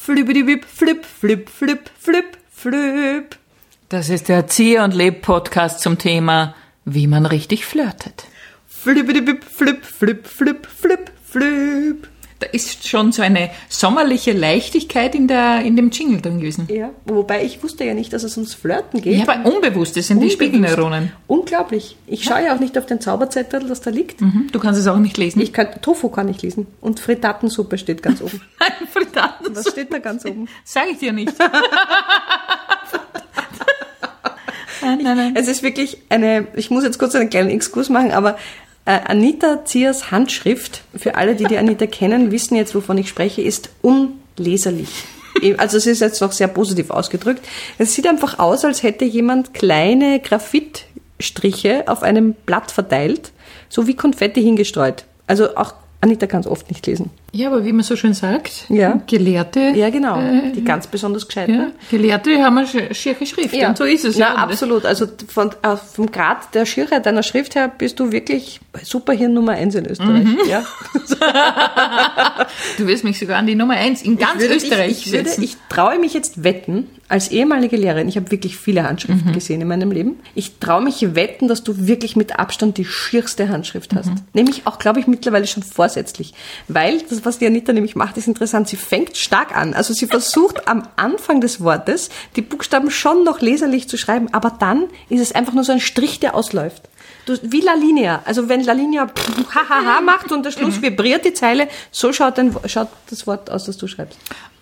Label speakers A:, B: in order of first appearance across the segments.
A: Flübidibib, flip, flip, flip, flip, flip.
B: Das ist der Zieh und Leb Podcast zum Thema, wie man richtig flirtet.
A: Flübidibib, flip, flip, flip, flip, flip.
B: Da ist schon so eine sommerliche Leichtigkeit in, der, in dem Jingle drin gewesen.
A: Ja, wobei ich wusste ja nicht, dass es ums Flirten geht.
B: Ja, aber unbewusst, das sind die
A: Unbewusst.
B: Spiegelneuronen.
A: Unglaublich. Ich schaue ja auch nicht auf den Zauberzettel, das da liegt.
B: Mhm. Du kannst es auch nicht lesen.
A: Ich kann, Tofu kann ich lesen. Und Frittatensuppe steht ganz oben.
B: Nein, verdammt.
A: Was steht da ganz oben?
B: Sag ich dir nicht. nein, nein, nein.
A: Es ist wirklich eine, ich muss jetzt kurz einen kleinen Exkurs machen, aber äh, Anita Ziers Handschrift, für alle, die die Anita kennen, wissen jetzt, wovon ich spreche, ist unleserlich. Eben, Also es ist jetzt noch sehr positiv ausgedrückt. Es sieht einfach aus, als hätte jemand kleine Graphitstriche auf einem Blatt verteilt, so wie Konfetti hingestreut. Also auch Anita kann es oft nicht lesen.
B: Ja, aber wie man so schön sagt,
A: Ja.
B: Gelehrte,
A: Ja, genau.
B: äh,
A: Die ganz besonders gescheiten.
B: ja, Gelehrte haben eine sch- schiere Schrift und so ist es.
A: Ja,
B: ja.
A: absolut. Also von, äh, vom Grad der Schirrheit deiner Schrift her bist du wirklich Superhirn Nummer eins in Österreich.
B: Mhm.
A: Ja.
B: Du wirst mich sogar an die Nummer eins in ganz
A: Würde
B: Österreich
A: ich, ich, würde,
B: setzen.
A: ich traue mich jetzt wetten, als ehemalige Lehrerin, ich habe wirklich viele Handschriften gesehen in meinem Leben, ich traue mich wetten, dass du wirklich mit Abstand die schierste Handschrift hast. Nämlich auch, glaube ich, mittlerweile schon vorsätzlich. Weil das, was die Anita nämlich macht, ist interessant. Sie fängt stark an. Also sie versucht am Anfang des Wortes die Buchstaben schon noch leserlich zu schreiben, aber dann ist es einfach nur so ein Strich, der ausläuft. Du, wie La Linea. Also wenn La Linea hahaha macht und der Schluss vibriert die Zeile, so schaut, ein, schaut das Wort aus, das du schreibst.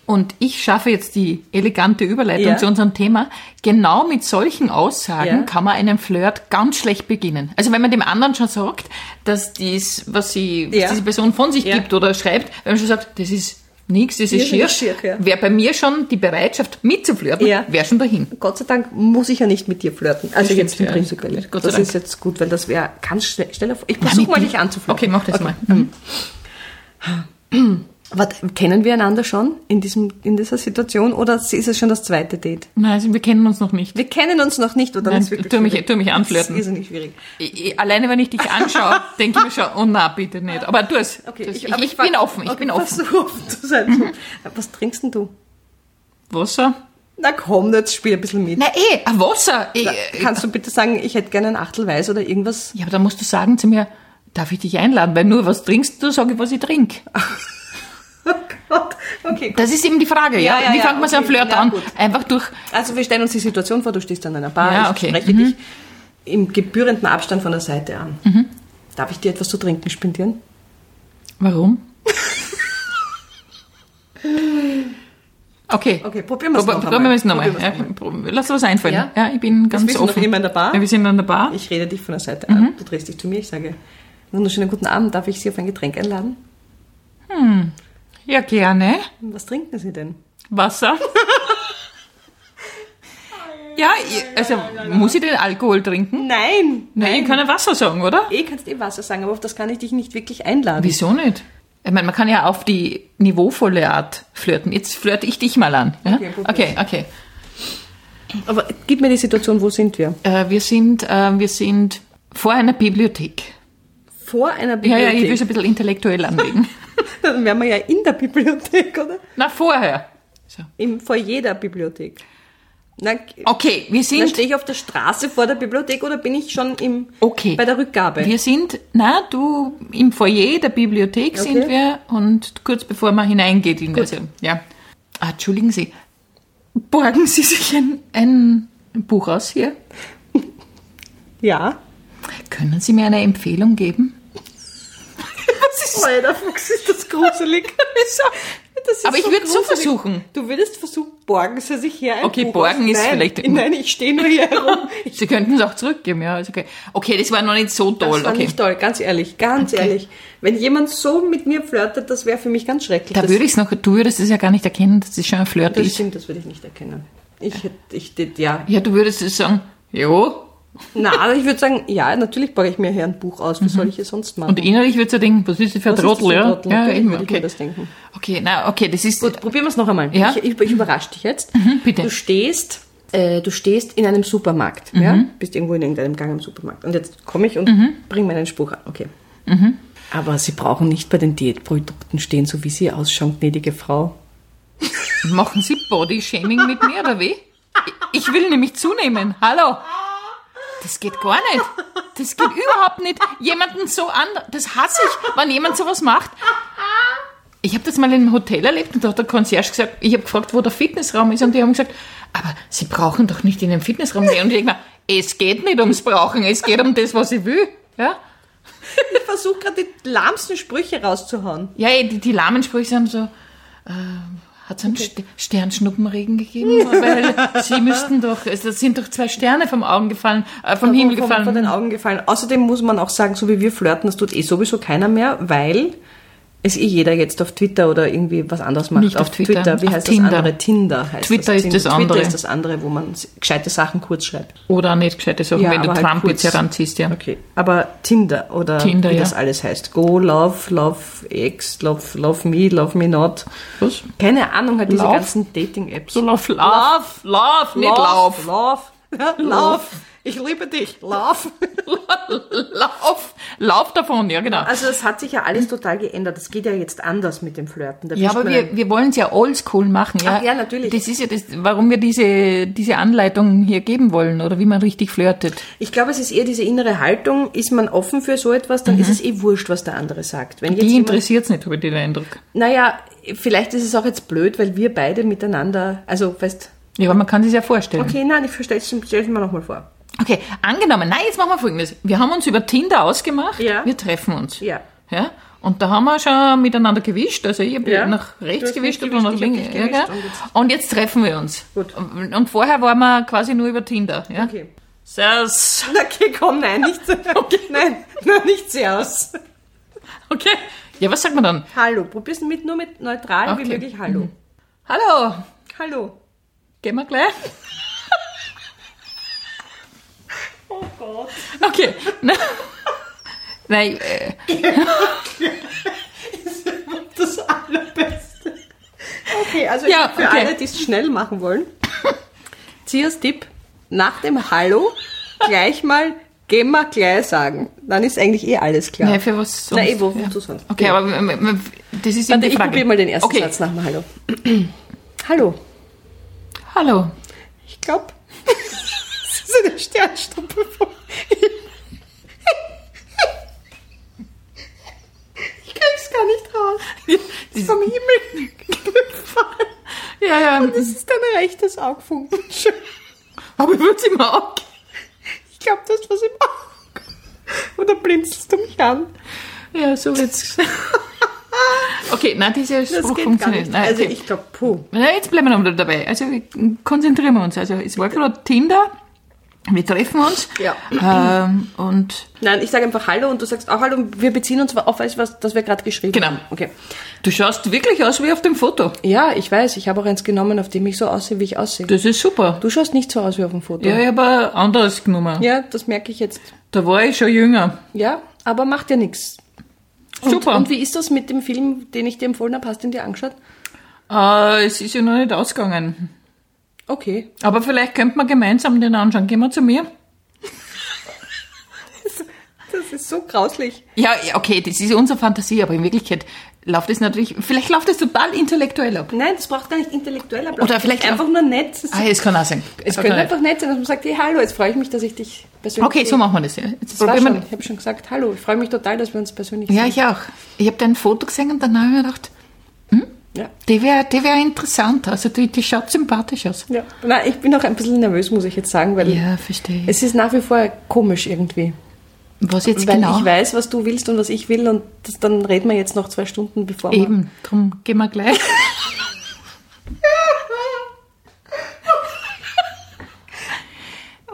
B: Und ich schaffe jetzt die elegante Überleitung
A: Ja.
B: zu unserem Thema. Genau mit solchen Aussagen
A: Ja.
B: kann man einen Flirt ganz schlecht beginnen. Also wenn man dem anderen schon sagt, dass dies, was sie, was
A: Ja.
B: diese Person von sich
A: Ja.
B: gibt oder schreibt, wenn man schon sagt, das ist nichts, das ist
A: sind
B: schier,
A: das schier, ja.
B: wäre bei mir schon die Bereitschaft mitzuflirten,
A: Ja.
B: wäre schon dahin.
A: Gott sei Dank muss ich ja nicht mit dir flirten. Also
B: stimmt,
A: jetzt im
B: ja.
A: Prinzip. nicht.
B: Gott sei
A: das
B: Dank.
A: ist jetzt gut, weil das wäre ganz schnell. Stell dir vor, ich versuche mal
B: mit
A: dich anzuflirten.
B: Okay, mach das mal. Hm.
A: Aber kennen wir einander schon in, diesem, in dieser Situation oder ist es schon das zweite Date?
B: Nein, also wir kennen uns noch nicht.
A: Wir kennen uns noch nicht oder
B: Nein,
A: ist wirklich
B: tu mich-
A: schwierig.
B: tu mich anflirten.
A: Das ist irrsinnig schwierig.
B: Ich, ich, alleine wenn ich dich anschaue, denke ich mir schon, oh na, bitte nicht. Aber du es.
A: Okay,
B: tu es. ich,
A: aber
B: ich, bin
A: war-
B: offen, ich
A: okay,
B: bin offen.
A: Versuch offen zu sein. Was trinkst denn du?
B: Wasser?
A: Na komm, jetzt spiel ein bisschen mit.
B: Na eh, ein Wasser. Ich,
A: Kannst du bitte sagen, ich hätte gerne ein Achtel Weiß oder irgendwas?
B: Ja, aber dann musst du sagen zu mir, darf ich dich einladen? Weil nur was trinkst du, sage ich, was ich trinke.
A: Oh Gott, okay.
B: Das ist eben die Frage, ja?
A: Ja, ja,
B: Wie
A: ja,
B: fängt man so einen
A: okay,
B: Flirt
A: na
B: an?
A: gut.
B: Einfach durch,
A: Also wir stellen uns die Situation vor, du stehst an einer Bar,
B: Ja,
A: ich
B: okay. Mhm.
A: spreche dich im gebührenden Abstand von der Seite an. Darf ich dir etwas zu trinken spendieren?
B: warum? Okay.
A: Okay, probieren wir's noch
B: Probieren wir
A: einmal.
B: es nochmal.
A: Probieren wir's
B: Ja, probieren wir- Lass uns einfallen. Ja? ich bin ganz
A: wir sind
B: offen.
A: noch immer in der Bar.
B: Ja, wir sind an der Bar.
A: Ich rede dich von der Seite
B: Mhm.
A: an, du drehst dich zu mir, ich sage, wunderschönen guten Abend, darf ich Sie auf ein Getränk einladen?
B: Ja, gerne.
A: Was trinken Sie denn?
B: Wasser. ja, ich, also muss ich den Alkohol trinken?
A: Nein!
B: Nein, ich kann ja Wasser sagen, oder?
A: Eh kannst eh Wasser sagen, aber auf das kann ich dich nicht wirklich einladen.
B: Wieso nicht? Ich meine, man kann ja auf die niveauvolle Art flirten. Jetzt flirte ich dich mal an. Ja?
A: Okay,
B: Okay,
A: probier's.
B: okay.
A: Aber gib mir die Situation, wo sind wir?
B: Äh, wir, sind, äh, wir sind vor einer Bibliothek.
A: Vor einer
B: Ja, ja, ich
A: Bibliothek.
B: will es ein bisschen intellektuell anlegen.
A: Dann wären wir ja in der Bibliothek, oder?
B: Na, vorher. So.
A: Im Foyer der Bibliothek.
B: Oh,
A: Na,
B: Okay, wir
A: Dann
B: sind.
A: stehe ich auf der Straße vor der Bibliothek oder bin ich schon im,
B: Okay.
A: bei der Rückgabe?
B: Wir sind, na, du, im Foyer der Bibliothek sind wir und kurz bevor man hineingeht in das, ja. Ah, entschuldigen Sie. Borgen Sie sich ein, ein Buch aus hier?
A: ja.
B: Können Sie mir eine Empfehlung geben?
A: Alter Fuchs, ist das gruselig. Wieso? Das ist
B: Aber ich würd's so
A: gruselig.
B: versuchen.
A: Du würdest versuchen, borgen sie sich her ein
B: Okay,
A: Buch
B: borgen
A: aus.
B: ist
A: nein,
B: vielleicht-
A: Nein, ich stehe nur hier herum.
B: Sie könnten es auch zurückgeben, ja. Ist okay. okay, das war noch nicht so toll.
A: Das war
B: okay.
A: nicht toll, ganz ehrlich, ganz
B: Okay.
A: ehrlich. Wenn jemand so mit mir flirtet, das wäre für mich ganz schrecklich.
B: da
A: das,
B: würde ich es noch, du würdest es ja gar nicht erkennen, dass das schon ein Flirt
A: das
B: ist.
A: stimmt, das würde ich nicht erkennen. Ich
B: Äh.
A: hätte, ich, hätte- ja.
B: Ja, du würdest es sagen, jo.
A: Na, aber ich würde sagen, ja, natürlich borge ich mir hier ein Buch aus. Was soll ich hier sonst machen?
B: Mhm. Und innerlich würdest du denken, was ist das für ein
A: Was ist das
B: Trottel,
A: für ein
B: ja?
A: Trottel?
B: Ja,
A: Natürlich
B: eben,
A: würde ich mir
B: okay.
A: das denken.
B: Okay, na, okay, das ist,
A: Gut, probieren wir es noch einmal.
B: Ja? Mhm,
A: Ich, ich, ich überrasche dich jetzt.
B: bitte.
A: Du stehst, äh, du stehst in einem Supermarkt. Ja?
B: Mhm.
A: Bist irgendwo in irgendeinem Gang im Supermarkt. Und jetzt komme ich und bringe meinen Spruch an. Okay.
B: Mhm.
A: Aber Sie brauchen nicht bei den Diätprodukten stehen, so wie Sie ausschauen, gnädige Frau.
B: Machen Sie Bodyshaming mit mir oder wie? Ich will nämlich zunehmen. Hallo. Das geht gar nicht. Das geht überhaupt nicht. Jemanden so an, das hasse ich, wenn jemand sowas macht. Ich habe das mal in einem Hotel erlebt und da hat der Concierge gesagt, ich habe gefragt, wo der Fitnessraum ist und die haben gesagt, aber Sie brauchen doch nicht in den Fitnessraum gehen. Und ich denke mir, es geht nicht ums Brauchen, es geht um das, was ich will. Ja,
A: Ich versuche gerade die lahmsten Sprüche rauszuhauen.
B: ja eh, die, die lahmen Sprüche sind so, äh, hat es einen Ste- Sternschnuppenregen gegeben? Weil Sie müssten doch, es sind doch zwei Sterne vom Augen gefallen, äh, vom Himmel
A: Von-
B: gefallen.
A: Von den Augen gefallen. Außerdem muss man auch sagen, so wie wir flirten, das tut eh sowieso keiner mehr, weil es eh jeder jetzt auf Twitter oder irgendwie was anderes macht.
B: Nicht auf Twitter,
A: Wie
B: auf
A: heißt
B: Tinder.
A: das andere? Tinder heißt
B: Twitter
A: das.
B: ist das andere.
A: Twitter ist das andere, wo man s- gescheite Sachen kurz schreibt.
B: Oder auch nicht gescheite Sachen,
A: Ja,
B: wenn du
A: aber halt
B: Trump jetzt
A: kurz.
B: heranziehst, ja.
A: Okay. Aber Tinder oder
B: Tinder,
A: wie
B: ja.
A: das alles heißt. Go, Love, Love, Ex, Love, Love Me, Love Me Not.
B: Was?
A: Keine Ahnung, halt diese
B: Love?
A: ganzen Dating-Apps.
B: So lauf, lauf, lauf, nicht lauf.
A: Lauf, Ja, lauf. Ich liebe dich, lauf.
B: Lauf, lauf davon, ja genau.
A: Also das hat sich ja alles total geändert. Das geht ja jetzt anders mit dem Flirten. Da
B: Ja,
A: wischt
B: aber
A: man
B: wir, wir wollen es ja oldschool machen, ja.
A: Ach ja, natürlich.
B: Das ist ja das, warum wir diese, diese Anleitung hier geben wollen oder wie man richtig flirtet.
A: Ich glaube, es ist eher diese innere Haltung. Ist man offen für so etwas, dann ist es eh wurscht, was der andere sagt. Wenn jetzt
B: Die
A: jemand,
B: interessiert's nicht, habe ich den Eindruck.
A: naja, vielleicht ist es auch jetzt blöd, weil wir beide miteinander, also weißt,
B: Ja, aber man kann sich ja vorstellen.
A: okay, nein, ich verstehe es, stell es mir nochmal vor.
B: Okay, angenommen, nein, jetzt machen wir folgendes. Wir haben uns über Tinder ausgemacht,
A: Ja.
B: wir treffen uns.
A: Ja.
B: ja. Und da haben wir schon miteinander gewischt. Also ich habe
A: Ja.
B: nach
A: Du
B: rechts
A: hast
B: gewischt
A: mich
B: oder nach
A: gewischt, ich
B: links.
A: hab dich
B: Ja,
A: gewischt
B: gell?
A: und jetzt-
B: und jetzt treffen wir uns.
A: Gut.
B: Und und vorher waren wir quasi nur über Tinder. Ja?
A: Okay.
B: Servus.
A: Okay, komm, nein, nicht so. Okay. Nein, nein, nicht sehr aus.
B: Okay. Ja, was sagt man dann?
A: Hallo, probier's mit nur mit neutral wie
B: Okay.
A: möglich. Hallo.
B: Hallo,
A: Hallo.
B: gehen wir gleich? oh Gott. Okay. Na- Nein, äh,
A: Das Allerbeste. Okay, also
B: Ja,
A: für
B: okay.
A: alle, die es schnell machen wollen. Zias Tipp, nach dem Hallo gleich mal gehen wir gleich sagen. Dann ist eigentlich eh alles klar.
B: nein, für was sonst?
A: Na, eh, wo- wozu sonst?
B: Okay, aber m- m- m- das ist eben
A: Warte,
B: die
A: ich
B: Frage.
A: probiere mal den ersten
B: okay.
A: Satz nach dem Hallo. Hallo,
B: Hallo.
A: ich glaube, das ist eine Sternstuppe von Ich krieg's gar nicht raus. Das ist vom Himmel gefallen.
B: Ja, ja.
A: Das ist dein rechtes Augfunken. Schön.
B: Aber ich würde sie mal ab.
A: Ich glaube, das was im Auge. Oder blinzelst du mich an?
B: Ja, so wird's. okay, na dieser Spruch funktioniert. Nein,
A: Also
B: okay.
A: ich glaube, puh.
B: na, jetzt bleiben wir noch dabei. Also wir konzentrieren wir uns. Also es war gerade Tinder. Wir treffen uns.
A: Ja.
B: Ähm, und
A: Nein, ich sage einfach Hallo und du sagst auch Hallo. Wir beziehen uns auf alles, was, das wir gerade geschrieben
B: Genau.
A: haben. Okay.
B: du schaust wirklich aus wie auf dem Foto.
A: Ja, ich weiß. Ich habe auch eins genommen, auf dem ich so aussehe, wie ich aussehe.
B: Das ist super.
A: Du schaust nicht so aus wie auf dem Foto.
B: Ja, ich habe ein anderes genommen.
A: Ja, das merke ich jetzt.
B: Da war ich schon jünger.
A: Ja, aber macht ja nichts. Und,
B: Super.
A: Und wie ist das mit dem Film, den ich dir empfohlen habe? Hast du ihn dir angeschaut?
B: Äh, es ist ja noch nicht ausgegangen.
A: Okay.
B: Aber vielleicht könnten wir gemeinsam den anschauen. Gehen wir zu mir.
A: Das ist so grauslich.
B: Ja, ja, okay, das ist unsere Fantasie, aber in Wirklichkeit läuft es natürlich, vielleicht läuft es total intellektuell ab.
A: Nein, das braucht gar nicht intellektuell Applaus.
B: Oder vielleicht
A: einfach nur nett.
B: Ah, es kann auch sein.
A: Es
B: Okay.
A: könnte einfach nett sein, dass man sagt, hey, hallo, jetzt freue ich mich, dass ich dich persönlich
B: Okay, so machen wir das. Ja. Jetzt
A: Das war
B: probieren
A: schon,
B: wir.
A: ich habe schon gesagt, hallo, ich freue mich total, dass wir uns persönlich
B: Ja,
A: sehen.
B: ich auch. Ich habe dein Foto gesehen und dann habe ich mir gedacht,
A: Ja.
B: die wäre die wär interessant. Also die, die schaut sympathisch aus.
A: ja. Nein, ich bin auch ein bisschen nervös, muss ich jetzt sagen, weil
B: Ja, verstehe.
A: es ist nach wie vor komisch irgendwie.
B: Was jetzt
A: Weil
B: genau?
A: ich weiß, was du willst und was ich will und das, dann reden wir jetzt noch zwei Stunden, bevor wir...
B: Eben, drum gehen wir gleich.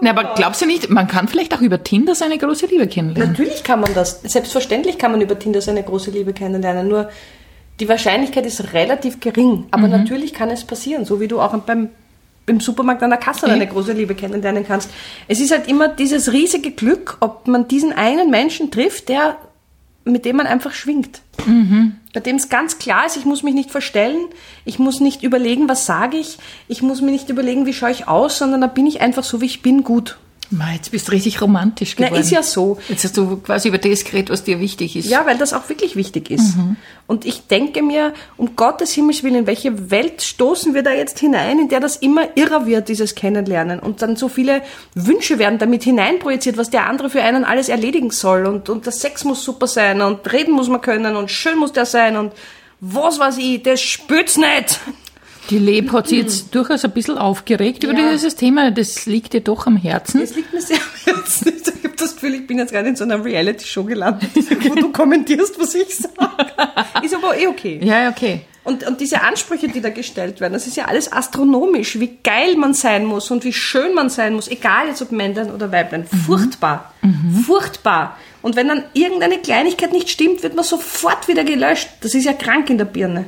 B: Na,
A: Oh
B: aber glaubst du nicht, man kann vielleicht auch über Tinder seine große Liebe kennenlernen?
A: Natürlich kann man das. Selbstverständlich kann man über Tinder seine große Liebe kennenlernen. Nur die Wahrscheinlichkeit ist relativ gering. Aber natürlich kann es passieren, so wie du auch beim im Supermarkt an der Kasse deine große Liebe kennenlernen kannst. Es ist halt immer dieses riesige Glück, ob man diesen einen Menschen trifft, der mit dem man einfach schwingt. Bei dem es ganz klar ist, ich muss mich nicht verstellen, ich muss nicht überlegen, was sage ich, ich muss mir nicht überlegen, wie schaue ich aus, sondern da bin ich einfach so, wie ich bin, gut.
B: Ma, jetzt bist du richtig romantisch
A: Na,
B: geworden.
A: ist ja so.
B: Jetzt hast du quasi über das geredet, was dir wichtig ist.
A: Ja, weil das auch wirklich wichtig ist. Und ich denke mir, um Gottes Himmels Willen, in welche Welt stoßen wir da jetzt hinein, in der das immer irrer wird, dieses Kennenlernen. Und dann so viele Wünsche werden damit hineinprojiziert, was der andere für einen alles erledigen soll. Und, und der Sex muss super sein und reden muss man können und schön muss der sein und was weiß ich, das spürt's nicht.
B: Die Leb hat sich jetzt durchaus ein bisschen aufgeregt über
A: Mhm. Ja.
B: dieses Thema. Das liegt dir doch am Herzen.
A: Das liegt mir sehr am Herzen. Ich habe das Gefühl, ich bin jetzt gerade in so einer Reality-Show gelandet, wo du kommentierst, was ich sage. Ist aber eh okay.
B: Ja, okay.
A: Und, und diese Ansprüche, die da gestellt werden, das ist ja alles astronomisch, wie geil man sein muss und wie schön man sein muss, egal jetzt ob Männlein oder Weiblein. Furchtbar. Furchtbar. Und wenn dann irgendeine Kleinigkeit nicht stimmt, wird man sofort wieder gelöscht. Das ist ja krank in der Birne.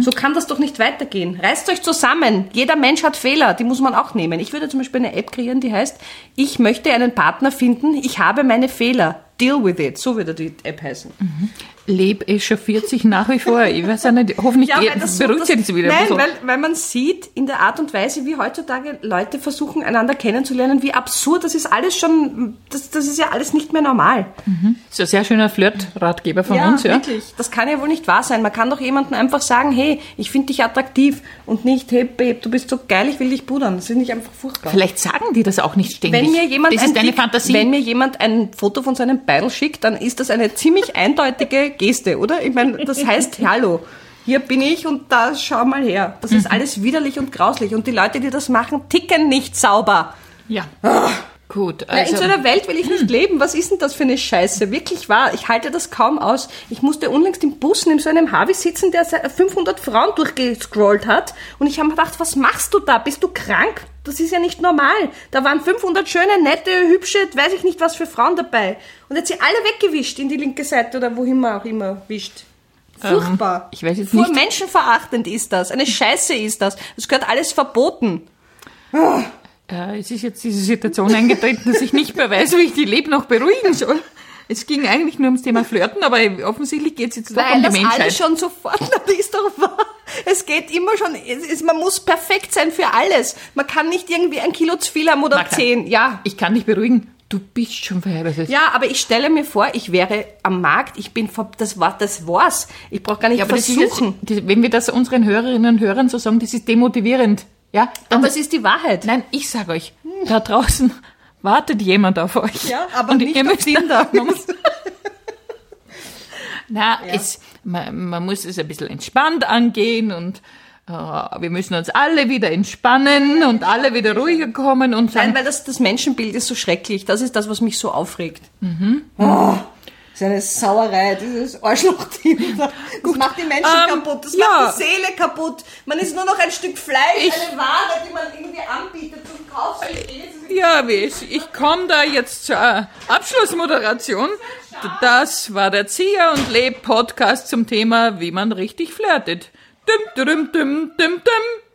A: So kann das doch nicht weitergehen. Reißt euch zusammen. Jeder Mensch hat Fehler, die muss man auch nehmen. Ich würde zum Beispiel eine App kreieren, die heißt, ich möchte einen Partner finden, ich habe meine Fehler. Deal with it. So würde die App heißen.
B: Leb echauffiert sich nach wie vor. Ich weiß auch nicht, hoffentlich
A: Ja,
B: ja,
A: weil das so-
B: beruhigt
A: das-
B: sich jetzt wieder ein
A: Nein,
B: bisschen.
A: weil, weil man sieht in der Art und Weise, wie heutzutage Leute versuchen, einander kennenzulernen, wie absurd das ist alles schon, das, das ist ja alles nicht mehr normal.
B: Das ist ein sehr schöner Flirt-Ratgeber von uns, ja.
A: wirklich. Das kann ja wohl nicht wahr sein. Man kann doch jemandem einfach sagen, hey, ich finde dich attraktiv und nicht, hey Babe, du bist so geil, ich will dich pudern. Das ist nicht einfach furchtbar.
B: Vielleicht sagen die das auch nicht ständig.
A: Wenn mir, jemand
B: das
A: ein
B: ist deine
A: Dick-
B: Fantasie.
A: wenn mir jemand ein Foto von seinem Beil schickt, dann ist das eine ziemlich eindeutige Geste, oder? Ich meine, das heißt, hallo, hier bin ich und da schau mal her. Das
B: Mhm.
A: ist alles widerlich und grauslich. Und die Leute, die das machen, ticken nicht sauber.
B: ja. Gut,
A: Ah. Na, in
B: also
A: so einer Welt will ich nicht leben. Was ist denn das für eine Scheiße? Wirklich wahr. Ich halte das kaum aus. Ich musste unlängst im Bus neben so einem Harvey sitzen, der se- 500 Frauen durchgescrollt hat. Und ich habe mir gedacht, was machst du da? Bist du krank? Das ist ja nicht normal. Da waren 500 schöne, nette, hübsche, weiß ich nicht was für Frauen dabei. Und jetzt sie alle weggewischt in die linke Seite oder wohin man auch immer wischt. Furchtbar.
B: Ähm, ich weiß jetzt
A: Vor
B: nicht.
A: menschenverachtend ist das. Eine Scheiße ist das. Das gehört alles verboten.
B: äh, es ist jetzt diese Situation eingetreten, dass ich nicht mehr weiß, wie ich die Leb noch beruhigen soll. Es ging eigentlich nur ums Thema Flirten, aber offensichtlich geht es jetzt doch
A: Weil
B: um die
A: das alle
B: Menschheit.
A: schon sofort, das ist doch wahr. Es geht immer schon, es ist, man muss perfekt sein für alles. Man kann nicht irgendwie ein Kilo zu viel haben oder
B: Magda,
A: zehn. Ja.
B: Ich kann dich beruhigen, du bist schon verheiratet.
A: Ja, aber ich stelle mir vor, ich wäre am Markt, ich bin, ver- das war, das war's. Ich brauche gar nicht
B: aber das ist jetzt,
A: versuchen.
B: das, wenn wir das unseren Hörerinnen und Hörern so sagen, das ist demotivierend. Ja, dann,
A: aber es ist die Wahrheit.
B: nein, ich sage euch, da draußen wartet jemand auf euch.
A: Ja, aber
B: und
A: nicht
B: ihr
A: auf
B: müsst
A: Tinder.
B: Man muss, na, es, man, man muss es ein bisschen entspannt angehen und äh, wir müssen uns alle wieder entspannen und alle wieder ruhiger kommen und sagen,
A: Nein, weil das, das Menschenbild ist so schrecklich. Das ist das, was mich so aufregt. Mhm. Oh, ist eine Sauerei, dieses Arschloch-Team. Das macht die Menschen
B: Ähm,
A: kaputt, das
B: ja.
A: macht die Seele kaputt. Man ist nur noch ein Stück Fleisch,
B: Ich-
A: eine Ware, die man irgendwie anbietet zum Kauf. Sie steht jetzt-
B: Ja, ich, ich komme da jetzt zur äh, Abschlussmoderation. Das war der Zieher und Leb Podcast zum Thema, wie man richtig flirtet. Düm, düm, düm, düm, düm.